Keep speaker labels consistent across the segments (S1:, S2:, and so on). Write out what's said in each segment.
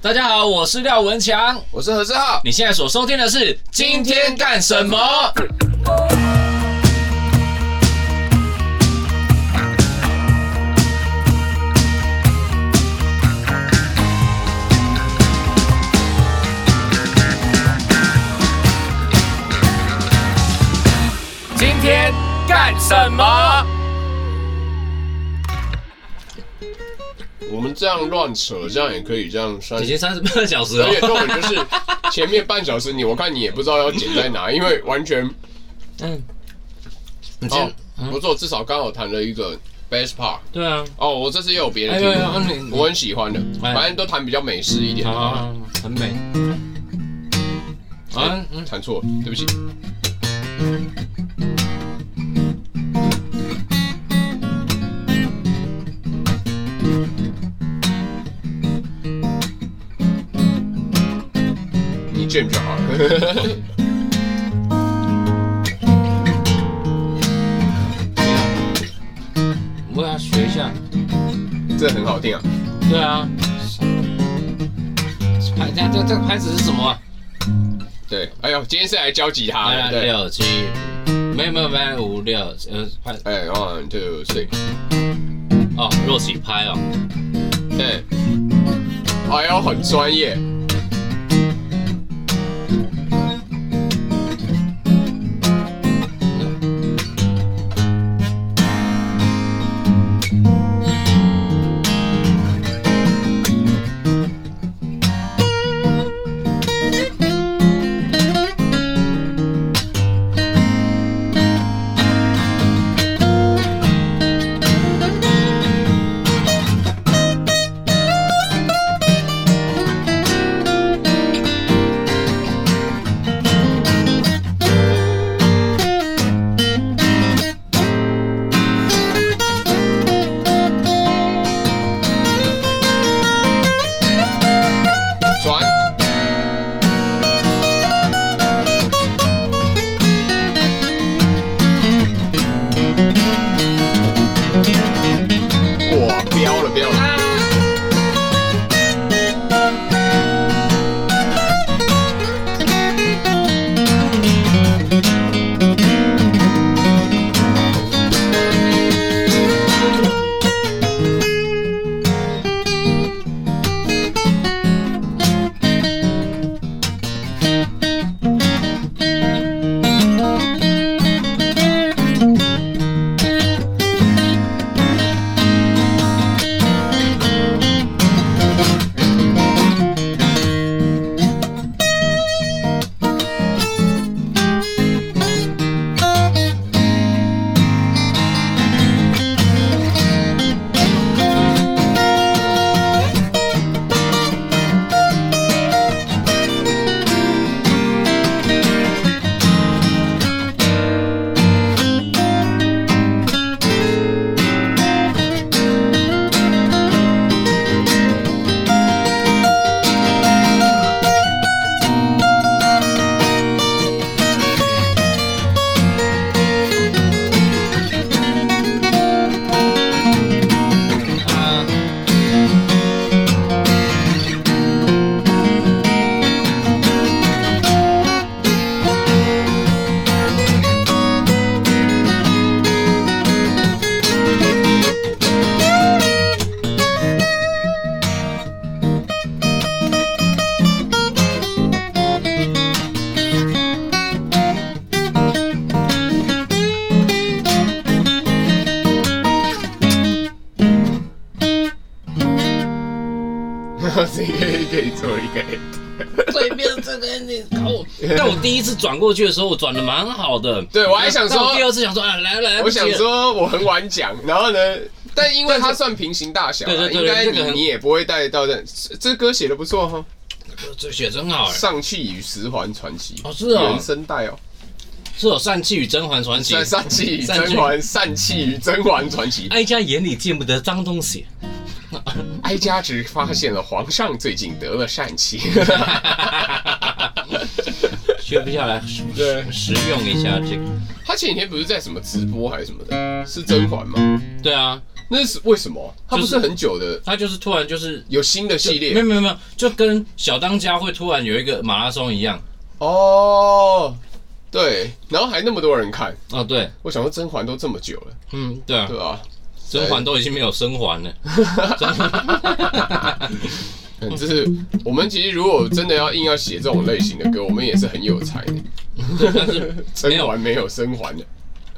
S1: 大家好，我是廖文强。
S2: 我是何志浩。
S1: 你现在所收听的是《今天干什么》。
S2: 今天干什么？我们这样乱扯，这样也可以，这样算
S1: 已。经三十半个小时了哦
S2: 而，且重点就是前面半小时你，我看你也不知道要剪在哪，因为完全
S1: 嗯，你嗯今
S2: 哦
S1: 天，
S2: 不错，至少刚好谈了一个 best part。
S1: 对啊，
S2: 哦，我这次也有别的
S1: 哎
S2: 题
S1: 呦呦那
S2: 目
S1: 你，
S2: 我很喜欢的，
S1: 哎
S2: 反正都谈比较美式一点。
S1: 啊，很美。啊，嗯，
S2: 弹错，对不起。你 jam 就好了。
S1: 我要学一下。
S2: 这很好听啊！
S1: 对啊，拍这这这个拍子是什么啊？
S2: 对，哎呦，今天是来教吉他
S1: 来
S2: 的，
S1: 来
S2: 对，
S1: 六七，没有没有没有五六，呃拍
S2: 哎，one two three，
S1: 哦弱起拍哦，
S2: 哎，哎呦，很专业，转，哇，飙了飙了，
S1: 啊，
S2: 这个也可以做一个。
S1: 对面这个你搞我，但我第一次转过去的时候，我转的蛮好的。
S2: 对我还想说
S1: 但我第二次想说啊，来来，
S2: 我想，说我很晚讲，然后呢，但因为它算平行大小啊，
S1: 对对对
S2: 应该
S1: 这个
S2: 你
S1: 很
S2: 你也不会带到的。这这歌写的不错哈，
S1: 这写真好哎，
S2: 上气与十环传奇
S1: 哦是哦
S2: 原声带哦，
S1: 是有《善气与甄嬛传奇
S2: 算》。上气与甄嬛，上气与甄嬛传奇。
S1: 哀家眼里见不得脏东西。 嗯
S2: 哀家只发现了皇上最近得了 疝气，
S1: 学不下来，实
S2: 对
S1: 实用一下这个。
S2: 他前几天不是在什么直播还是什么的，是甄嬛吗？
S1: 对啊，
S2: 那是为什么？它不
S1: 就是
S2: 是很久的，
S1: 他就是突然就是
S2: 有新的系
S1: 没
S2: 列
S1: 有没有没有，就跟小当家会突然有一个马拉松一样
S2: 哦。对，然后还那么多人看，
S1: 啊、哦，对，
S2: 我想说甄嬛都这么久了，
S1: 嗯，对啊，
S2: 对吧、
S1: 甄嬛都已经没有生还 了，
S2: 嗯，这是我们其实如果真的要硬要写这种类型的歌，我们也是很有才的。
S1: 但是没
S2: 甄
S1: 有
S2: 嬛没有生还的，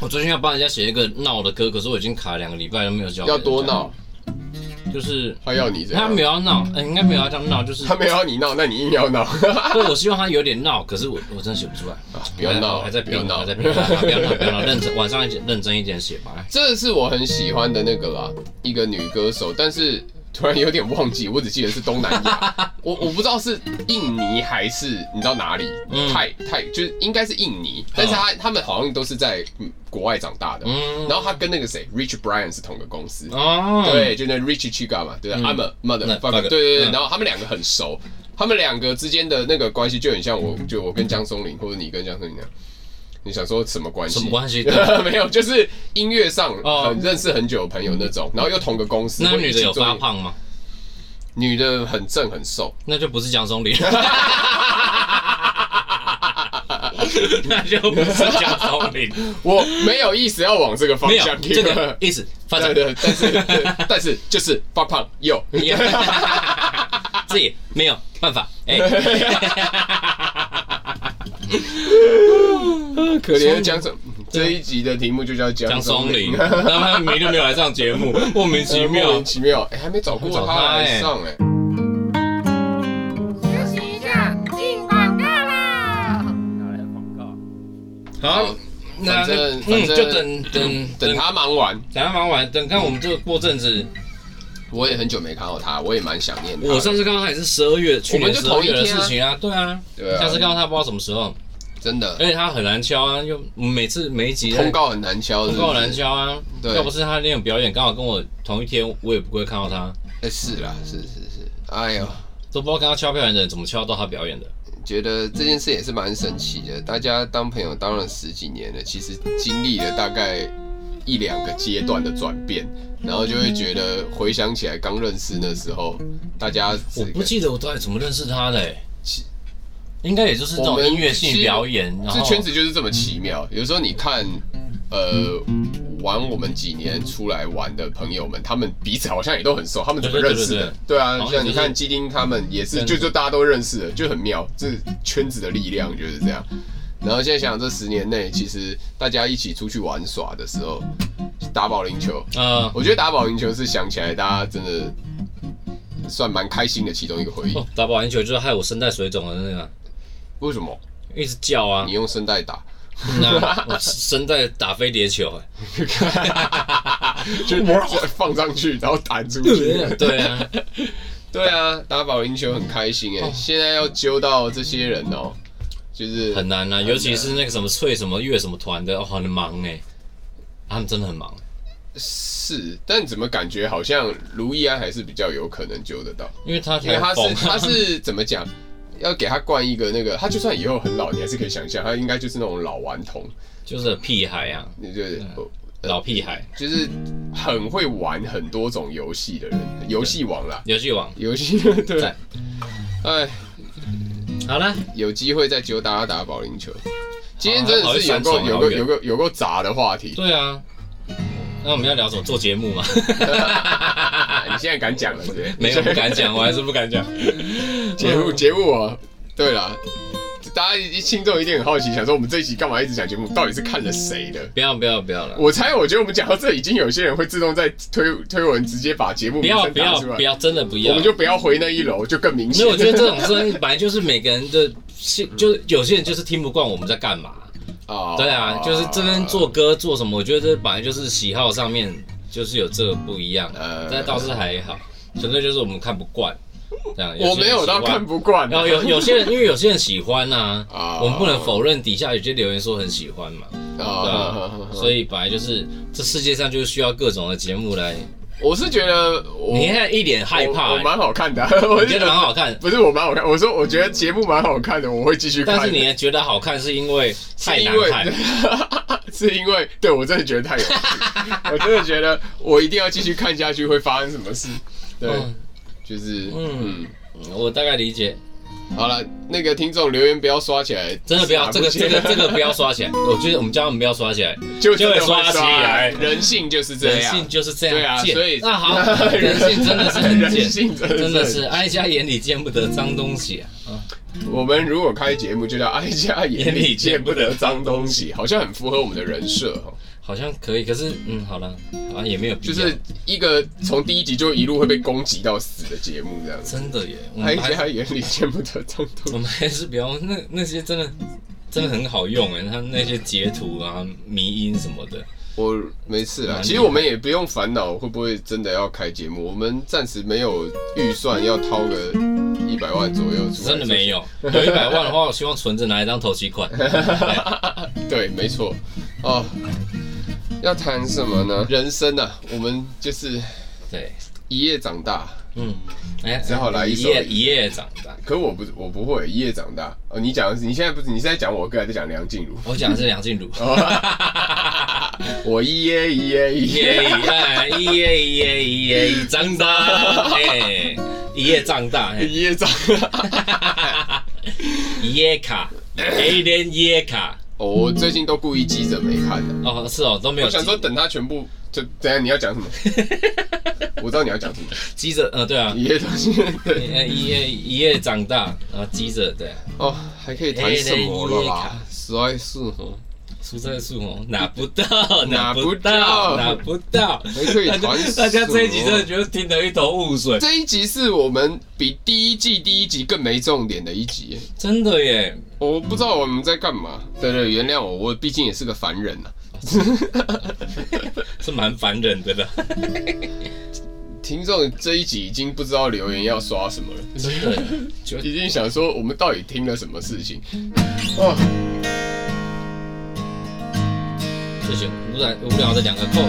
S1: 我最近要帮人家写一个闹的歌，可是我已经卡两个礼拜都没有交。
S2: 要多闹，，
S1: 就是
S2: 他要你这
S1: 他
S2: 样
S1: 没，有要闹，哎，应该没有要这样闹，就是
S2: 他没有要你闹，那你硬要闹，
S1: 对，我希望他有点闹，可是我我真的写不出来。
S2: 不要闹，
S1: 我还在
S2: 不要
S1: 拼，我
S2: 闹
S1: 还，在拼，不要闹，不要闹，认真，晚上一点认真一点写吧。
S2: 这是我很喜欢的那个啦，一个女歌手，但是突然有点忘记，我只记得是东南 亚，我我不知道是印尼还是你知道哪里，
S1: 嗯
S2: 泰泰就是应该是印尼，但是他他们好像都是在嗯国外长大的，
S1: 嗯
S2: 然后他跟那个谁 Rich Brian 是同个公司，
S1: 哦，，
S2: 对，就那 Rich Chiga 嘛，对、i m a motherfucker，
S1: motherfucker，
S2: 对对对，
S1: 嗯
S2: 然后他们两个很熟，他们两个之间的那个关系就很像我，就我跟江松林或者你跟江松林那样。你想说什么关系？
S1: 什么关 系
S2: 没有，就是音乐上
S1: 哦
S2: 很认识很久的朋友那种，然后又同个公司。
S1: 那
S2: 会一
S1: 女
S2: 起
S1: 的有
S2: 做
S1: 发
S2: 音，
S1: 胖吗？
S2: 女的很正很瘦，
S1: 那就不是江 松林，那就不是江松 林，
S2: 我没有意思要往这个方
S1: 没有
S2: 向去。
S1: 这个意思，发展
S2: 对对，但是 对但是就是发胖又
S1: 自己没有办法，哎，
S2: 可怜的江松，这一集的题目就叫江
S1: 江松
S2: 松林
S1: 林，。他们明天没有来上节 目，莫名其
S2: 莫
S1: 妙
S2: 名。其妙，哎、还没找过
S1: 还没找
S2: 他
S1: 他
S2: 来
S1: 哎
S2: 上哎、
S3: 休息一下，进广告啦！
S1: 好，那
S2: 反正
S1: 嗯，
S2: 反正
S1: 就 等等
S2: 等他忙完，
S1: 等他忙完，等看我们这个过阵子。
S2: 我也很久没看到他，我也蛮想念他的。
S1: 我上次看到他也是十二月，去年
S2: 就
S1: 十
S2: 同
S1: 二
S2: 一
S1: 月的
S2: 天啊
S1: 事情啊，对啊。
S2: 对啊
S1: 下次哎看到他不知道什么时候，
S2: 真的
S1: 而且他很难敲啊，又每次每一集
S2: 通告很难敲
S1: 通
S2: 是不
S1: 告
S2: 是，
S1: 难敲啊。
S2: 对
S1: 要不是他那种表演刚好跟我同一天，我也不会看到他，
S2: 哎、是啦，是是是，哎呦，
S1: 都不知道跟他敲票的人怎么敲到他表演的。
S2: 觉得这件事也是蛮神奇的。大家当朋友当了十几年了，其实经历了大概一两个阶段的转变，然后就会觉得回想起来刚认识那时候，大家是
S1: 我不记得我到底怎么认识他的、欸
S2: 其
S1: 应该也就是这
S2: 我
S1: 种
S2: 们
S1: 音乐性
S2: 其
S1: 表演，然
S2: 这
S1: 后
S2: 圈子就是这么奇妙。有时候你看，呃，玩我们几年出来玩的朋友们，他们彼此好像也都很熟，他们怎么
S1: 对对
S2: 认
S1: 对
S2: 识
S1: 对
S2: 的
S1: 对？
S2: 对啊
S1: 好，像就
S2: 像你
S1: 是
S2: 看基丁他们也是，
S1: 认
S2: 就
S1: 识
S2: 就大家都认识了，就很妙。这圈子的力量就是这样。然后现在想，这十年内，其实大家一起出去玩耍的时候，打保龄球，
S1: 呃，
S2: 我觉得打保龄球是想起来大家真的算蛮开心的其中一个回忆。
S1: 哦，打保龄球就是害我声带水肿的那个啊，
S2: 为什么？
S1: 一直叫啊
S2: 你，用声带打？
S1: 那我声带打飞碟球、欸，
S2: 就是放上去，然后弹出去。
S1: 对啊，
S2: 对啊，打保龄球很开心
S1: 哦
S2: 哎、现在要揪到这些人哦、就是
S1: 很难啊，尤其是那个什么翠什么月什么团的，哦，很忙哎、他们真的很忙。
S2: 是，但怎么感觉好像卢易安还是比较有可能揪得到，
S1: 因为他
S2: 因为
S1: 太
S2: 他
S1: 疯啊
S2: 是
S1: 了，
S2: 他是怎么讲？要给他灌一个那个，他就算以后很老，你还是可以想象，他应该就是那种老顽童，
S1: 就是屁孩啊，
S2: 你就是
S1: 老屁孩，
S2: 就是很会玩很多种游戏的人，游戏王啦，
S1: 游戏王。
S2: 游戏 对
S1: 嗯在，
S2: 哎，
S1: 好了，
S2: 有机会再揪大家打保龄
S1: 哦
S2: 球。今天真
S1: 好
S2: 的
S1: 好
S2: 是有
S1: 闪
S2: 够
S1: 手
S2: 有够
S1: 遥远
S2: 有够有够杂的 话题，
S1: 对啊，那我们要聊什么？做节目嘛？ 啊
S2: 你现在敢讲了对 不对？
S1: 没有不敢讲，我还是不敢讲。
S2: 节目节目啊，对啦，大家一听众一定很好奇，想说我们这一集干嘛一直讲节目，到底是看了谁的？
S1: 不要不要不要了，
S2: 我猜，我觉得我们讲到这，已经有些人会自动在推推文直接把节目
S1: 不
S2: 名
S1: 要
S2: 称
S1: 不
S2: 打
S1: 要
S2: 出
S1: 不
S2: 来，
S1: 要，真的不
S2: 我
S1: 要
S2: 们。就不要回那一楼，就更明
S1: 那
S2: 显。
S1: 我觉得这种声音本来就是每个人的性，就是有些人就是听不惯我们在干嘛。
S2: 啊
S1: 对啊，就是这边做歌做什么，我觉得这本来就是喜好上面就是有这个不一样，啊
S2: 呃
S1: 但倒是还好，纯粹就是我们看不惯。这样，
S2: 我没有到看不惯
S1: 然后有有些人，因为有些人喜欢呐、
S2: 啊
S1: 我们不能否认底下有些留言说很喜欢嘛，对啊，
S2: 啊，
S1: 所以本来就是这世界上就是需要各种的节目来
S2: 我是觉得我
S1: 你看一脸害怕、
S2: 我我
S1: 欸，
S2: 蛮好 看的啊，我
S1: 我
S2: 是
S1: 觉得蛮好看，
S2: 不是我蛮好看，我说我觉得节目蛮好看的，我会继续看
S1: 但
S2: 的。
S1: 是你觉得好看是因为太
S2: 是因
S1: 难
S2: 为
S1: 看，
S2: 是因为对我真的觉得太有趣， 我真的觉得我一定要继续看下去会发生什么事。对，
S1: 嗯
S2: 就是
S1: 嗯
S2: 嗯
S1: 我大概理解。
S2: 好了，那个听众留言不要刷起来，啊
S1: 真的不要
S2: 打
S1: 这个
S2: 起来
S1: 这个这个不要刷起 来，我觉得我们家人不要刷起来，
S2: 就
S1: 就
S2: 真
S1: 会
S2: 的
S1: 刷
S2: 会
S1: 起
S2: 刷
S1: 来
S2: 人性就是这
S1: 人
S2: 样
S1: 性。就是这
S2: 对啊
S1: 样贱。
S2: 所以
S1: 那好， 人性真的是很
S2: 人
S1: 贱，
S2: 性真的
S1: 真的
S2: 很
S1: 是哀家眼里见不得脏东西啊。
S2: 我们如果开节目就叫 “哀家眼
S1: 眼
S2: 里
S1: 里
S2: 见
S1: 见
S2: 不
S1: 不
S2: 得
S1: 得
S2: 脏东西”，好像很符合我们的人设哦。
S1: 好像可以，可是嗯，好了，好像也没有必
S2: 就
S1: 要。
S2: 是一个从第一集就一路会被攻击到死的节目这样子。
S1: 真的耶，我们
S2: 哀
S1: 嗯还嗯
S2: 家眼里见不得脏东
S1: 我
S2: 西。
S1: 们还是不要那那些真的真的很好用哎，他那些截图啊、迷音什么的，
S2: 我没事啦，
S1: 蛮厉害
S2: 其实我们也不用烦恼会不会真的要开节目，我们暂时没有预算要掏个一百万左右出来。
S1: 真的没有。有一百万的话，我希望存着拿来当头期款。
S2: 对，没错。哦，要谈什么呢？人生啊，我们就是
S1: 对，
S2: 一夜长大。
S1: 嗯，哎，
S2: 只好来一
S1: 一
S2: 首
S1: 夜一夜长大。
S2: 可我不，我不会一夜长大。哦，你讲的是，你现在不是，你现在讲我哥，还在讲梁 静茹。
S1: 我讲的是梁静茹。
S2: 我一夜一夜一
S1: 一
S2: 夜，
S1: 夜一哎一夜一夜一夜一长大，哎，一夜长大，哎
S2: 一夜长大。
S1: 一夜卡，一连一夜卡。
S2: 哦，我最近都故意记着没看的、
S1: 哦，是哦，都没有
S2: 我
S1: 急
S2: 想说等他全部，就等一下你要讲 什么？我知道你要讲什么，
S1: 急着，呃，对啊，
S2: 一夜长大。对，
S1: 哎一夜一夜长大，然后急着，对啊，
S2: 哦，还可以谈什么了啦？实在是哦，
S1: 蔬菜树哦，拿不到，拿不
S2: 拿不
S1: 到，
S2: 到
S1: 拿不到。
S2: 还可以
S1: 大
S2: 谈
S1: 家
S2: 什么。
S1: 大家这一集真的觉得听得一头雾水，
S2: 这一集是我们比第一季第一集更没重点的一集，
S1: 真的耶，
S2: 我不知道我们在干嘛。对对，原谅我，我毕竟也是个凡人啊呐、
S1: 是蛮烦人的啦。
S2: 听众这一集已经不知道留言要刷什么了，
S1: 真的耶，就
S2: 已经想说我们到底听了什么事情。哦，
S1: 这些无聊无聊的两个扣。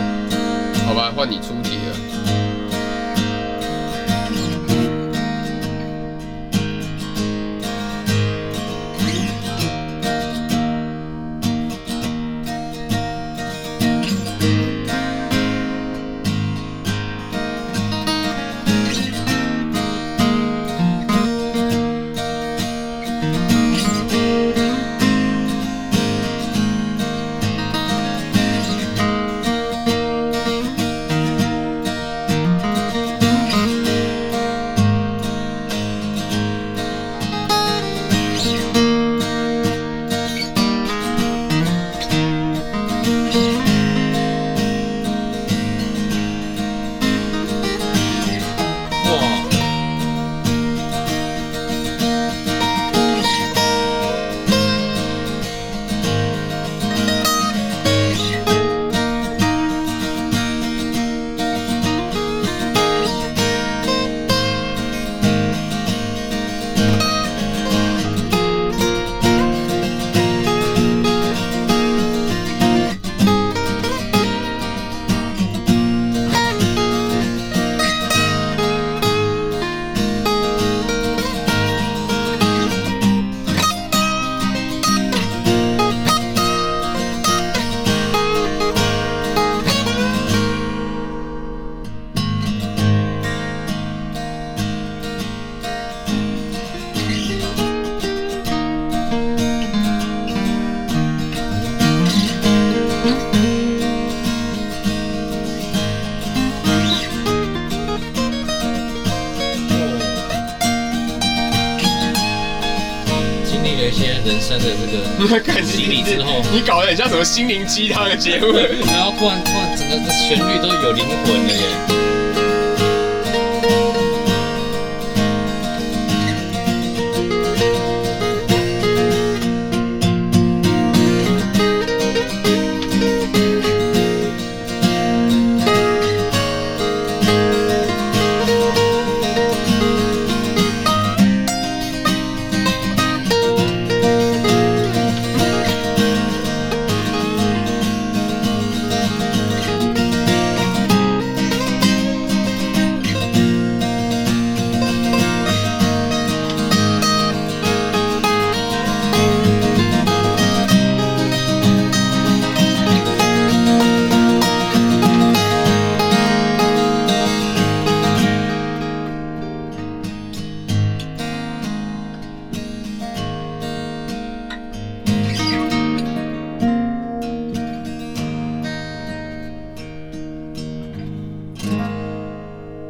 S2: 好吧，换你出题 了。
S1: 哇，经历了一些人生的这个。
S2: 感
S1: 洗礼之后
S2: 你搞得很像什么心灵鸡汤的节目。
S1: 然后突然突然整个这旋律都有灵魂了耶！
S2: 哦，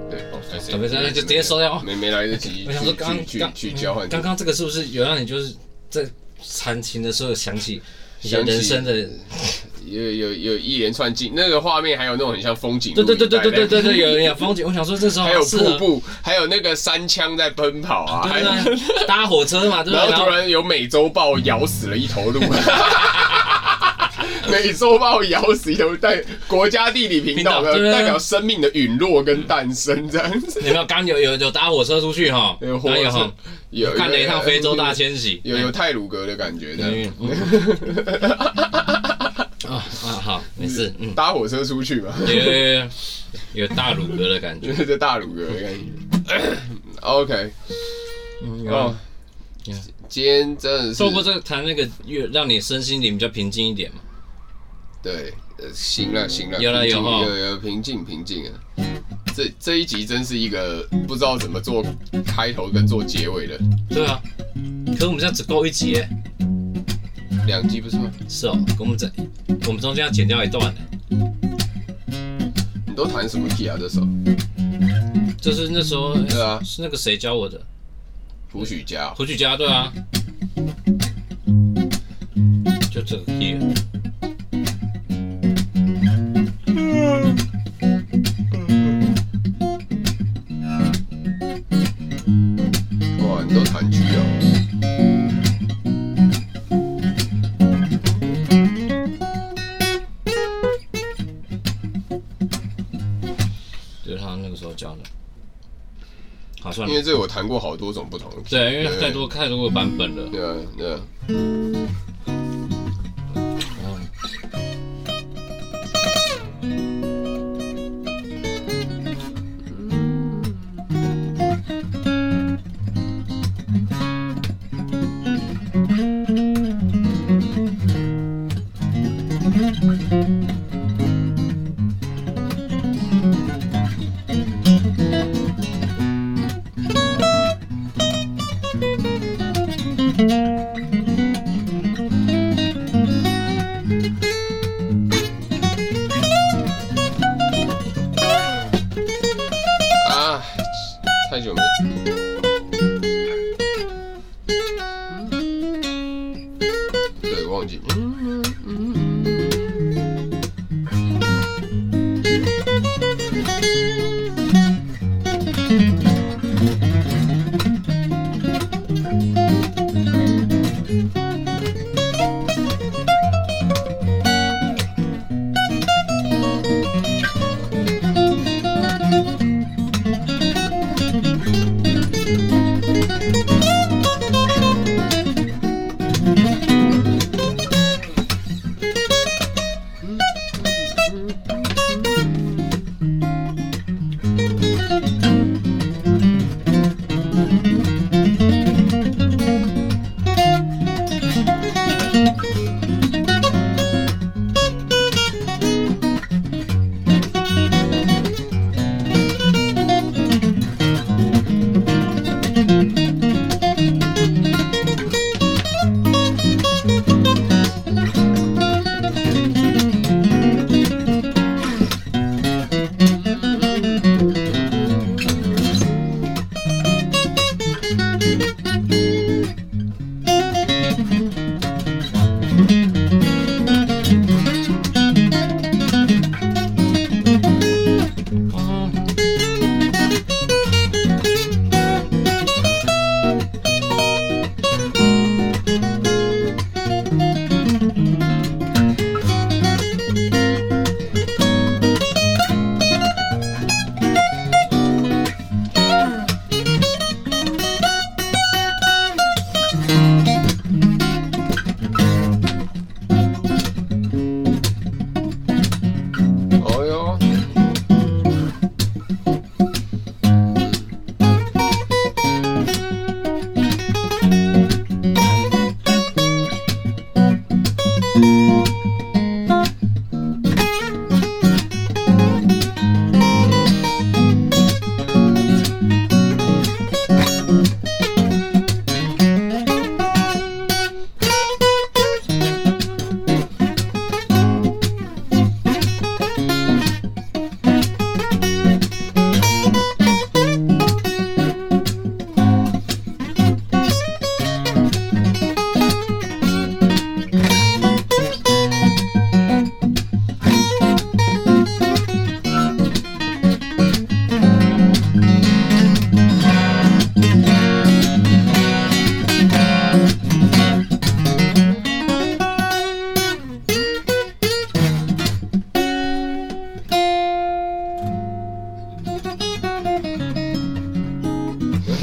S1: 对，就直接收掉。哦
S2: 没没来得及
S1: 我想说刚
S2: 去去
S1: 刚
S2: 去去交换，
S1: 刚刚这个是不是有让你就是在弹琴的时候想起你的
S2: 想起
S1: 人生的？
S2: 有有有一连串景，那个画面还有那种很像风景录
S1: 对
S2: 影
S1: 对
S2: 带的，
S1: 对对对对对对，有有风景。我想说这时候
S2: 还有
S1: 好适合
S2: 瀑，布，还有那个山枪在奔跑啊，还
S1: 对对对，搭火车嘛，对不
S2: 然
S1: 对？
S2: 后突然有美洲豹咬死了一头鹿。美洲豹咬死一头带国家地理频道
S1: 频道对对
S2: 的
S1: 对
S2: 代表生命的陨落跟诞生这样子，
S1: 有没有刚有有有搭火车出去哈？
S2: 有
S1: 哪有
S2: 火
S1: 哈
S2: 车？有
S1: 看了一趟非洲大，迁徙，
S2: 有有泰鲁格的感觉
S1: 哎
S2: 的。
S1: 啊啊好，没事，嗯，
S2: 搭火车出去嘛，
S1: 有有有有有大乳格的感觉，
S2: 就是大鲁格的感觉。OK，
S1: 嗯，
S2: 哦
S1: 有，
S2: 今天真的是
S1: 透过这个弹那个乐，让你身心灵比较平静一点嘛。
S2: 对，呃，行了行了，
S1: 嗯有了
S2: 平
S1: 有哦
S2: 静
S1: 哈
S2: 有有平静平静啊。这这一集真是一个不知道怎么做开头跟做结尾的
S1: 对啊，可是我们这样只够一集耶。
S2: 两集不是吗？
S1: 是哦，可我们这我们中间要剪掉一段，
S2: 你都弹什么 key 啊？这首
S1: 就是那时候
S2: 对啊
S1: 是那个谁教我的，
S2: 谱曲家哦、
S1: 胡曲家对啊，就这个 key，
S2: 哇，你都弹 G 哦、
S1: 就是他那个时候教的。好，算
S2: 因为
S1: 了，
S2: 这我弹过好多种不同的 key。
S1: 对，因为太多太多个版本了。
S2: 对啊对啊，
S1: 嗯
S2: 啊，太久没。对，忘记。哎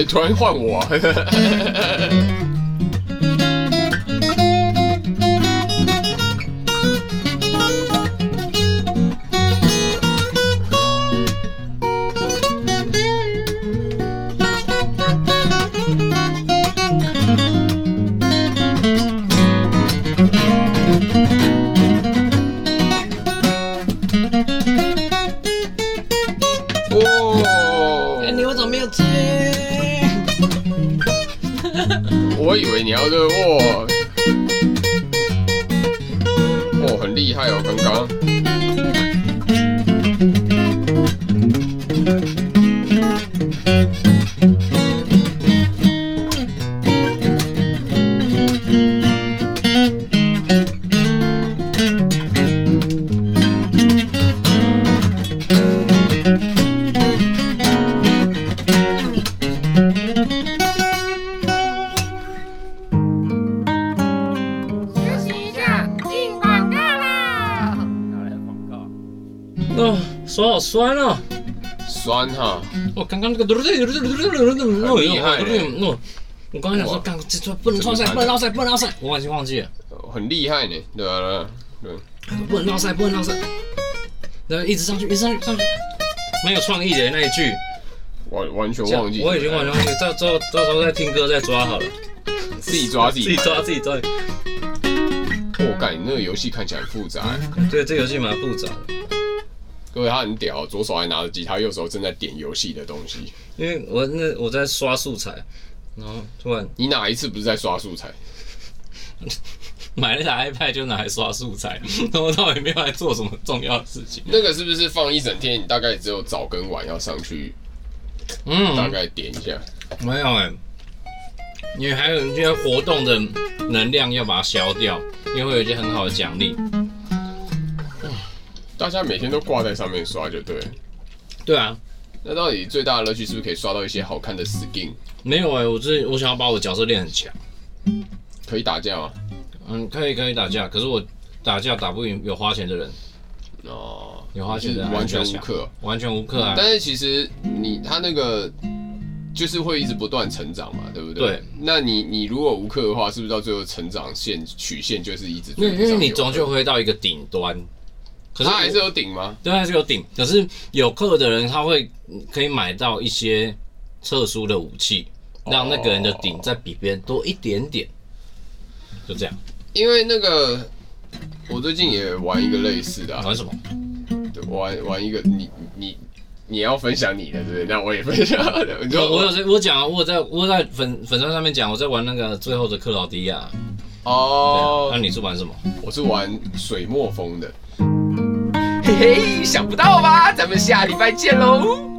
S2: 突然换我、
S1: 哎、
S2: 哦，
S1: 你为什么没有接？
S2: 我以为你要热哇，哦，很厉害哦，刚刚。
S3: 休息一下，进广告啦！
S4: 哪来的广告？
S1: 哦，手好酸哦。
S2: 酸哈，
S1: 我刚刚那个嘟嘟嘟嘟嘟嘟嘟嘟，
S2: 很厉害嘞
S1: 我我刚刚想说，干这这不能超赛，不能绕赛，不能绕赛，我已经忘记了，
S2: 很厉害呢，对啊？对啊，
S1: 不能绕赛，不能绕赛。然后一直上去，一直上去，上去，蛮有创意的那一句。
S2: 对，完完全忘记，
S1: 我已经忘记，忘记，到到到时候再听歌再抓好了，
S2: 自己抓自
S1: 自
S2: 己
S1: 己。抓自己抓。
S2: 我干，你那个游戏看起来很复杂欸，
S1: 对，这游戏蛮复杂的，
S2: 各位他很屌，左手还拿着吉他，右手正在点游戏的东西。
S1: 因为我那我在刷素材，然后突然
S2: 你哪一次不是在刷素材？
S1: 买了台 iPad 就拿来刷素材， 然后到底没有来做什么重要的事情。
S2: 那个是不是放一整天？你大概只有早跟晚要上去，
S1: 嗯，
S2: 大概点一下。
S1: 没有哎、你还有一些活动的能量要把它消掉，因为会有一些很好的奖励。
S2: 大家每天都挂在上面刷就对了。
S1: 对啊，
S2: 那到底最大的乐趣是不是可以刷到一些好看的 skin？
S1: 没有哎、我这我想要把我角色练很强。
S2: 可以打架吗？
S1: 嗯，可以可以打架，可是我打架打不赢有花钱的人，
S2: 哦，
S1: 有花钱
S2: 是
S1: 的人
S2: 完全
S1: 还是
S2: 无
S1: 比较
S2: 嗯
S1: 强
S2: 课。
S1: 完全无课啊。
S2: 但是其实你他那个就是会一直不断成长嘛，对不对？
S1: 对。
S2: 那你你如果无课的话，是不是到最后成长线曲线就是一直
S1: 因为因为你终究
S2: 会，
S1: 会到一个顶端，可是
S2: 他还是
S1: 我
S2: 有顶吗？
S1: 对还是有顶，可是有课的人他会可以买到一些特殊的武器，
S2: 哦
S1: 让那个人的顶再比别人多一点点，就这样。
S2: 因为那个我最近也玩一个类似的、啊，
S1: 玩什么？嗯
S2: 对玩玩一个你你你要分享你的对不对？那我也分享。你说
S1: 我有在，我讲啊，我有在我有在粉粉砖上面讲，我在玩那个最后的克劳迪亚。
S2: 哦
S1: 那、，你是玩什么？
S2: 我是玩水墨风的。嘿嘿，想不到吧？咱们下礼拜见喽。